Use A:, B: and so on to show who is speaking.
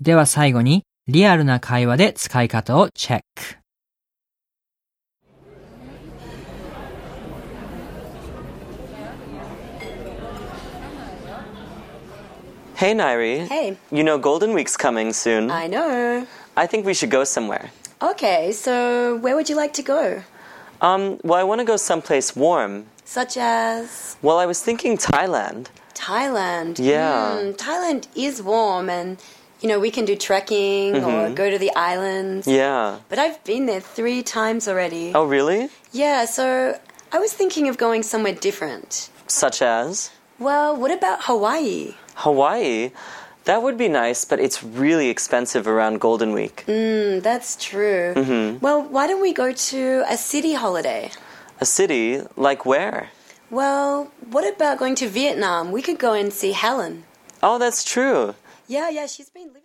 A: では最後に、リアルな会話で使い方をチェック。
B: Hey, Nairi.
C: Hey.
B: You know Golden Week's coming soon.
C: I know.
B: I think we should go somewhere.
C: Okay, so where would you like to go?
B: Um, well, I want to go someplace warm.
C: Such as
B: Well, I was thinking Thailand.
C: Thailand.
B: Yeah.
C: Hmm, Thailand is warm and, you know, we can do trekking or go to the islands.
B: Mm-hmm. Yeah.
C: But I've been there three times already.
B: Oh, really?
C: Yeah, so I was thinking of going somewhere different.
B: Such as
C: Well, what about Hawaii?
B: Hawaii. That would be nice, but it's really expensive around Golden Week.
C: Hmm, that's true.
B: Mm-hmm.
C: Well, why don't we go to a city holiday?
B: A city like where?
C: Well, what about going to Vietnam? We could go and see Helen.
B: Oh, that's true.
C: Yeah, yeah, she's been living.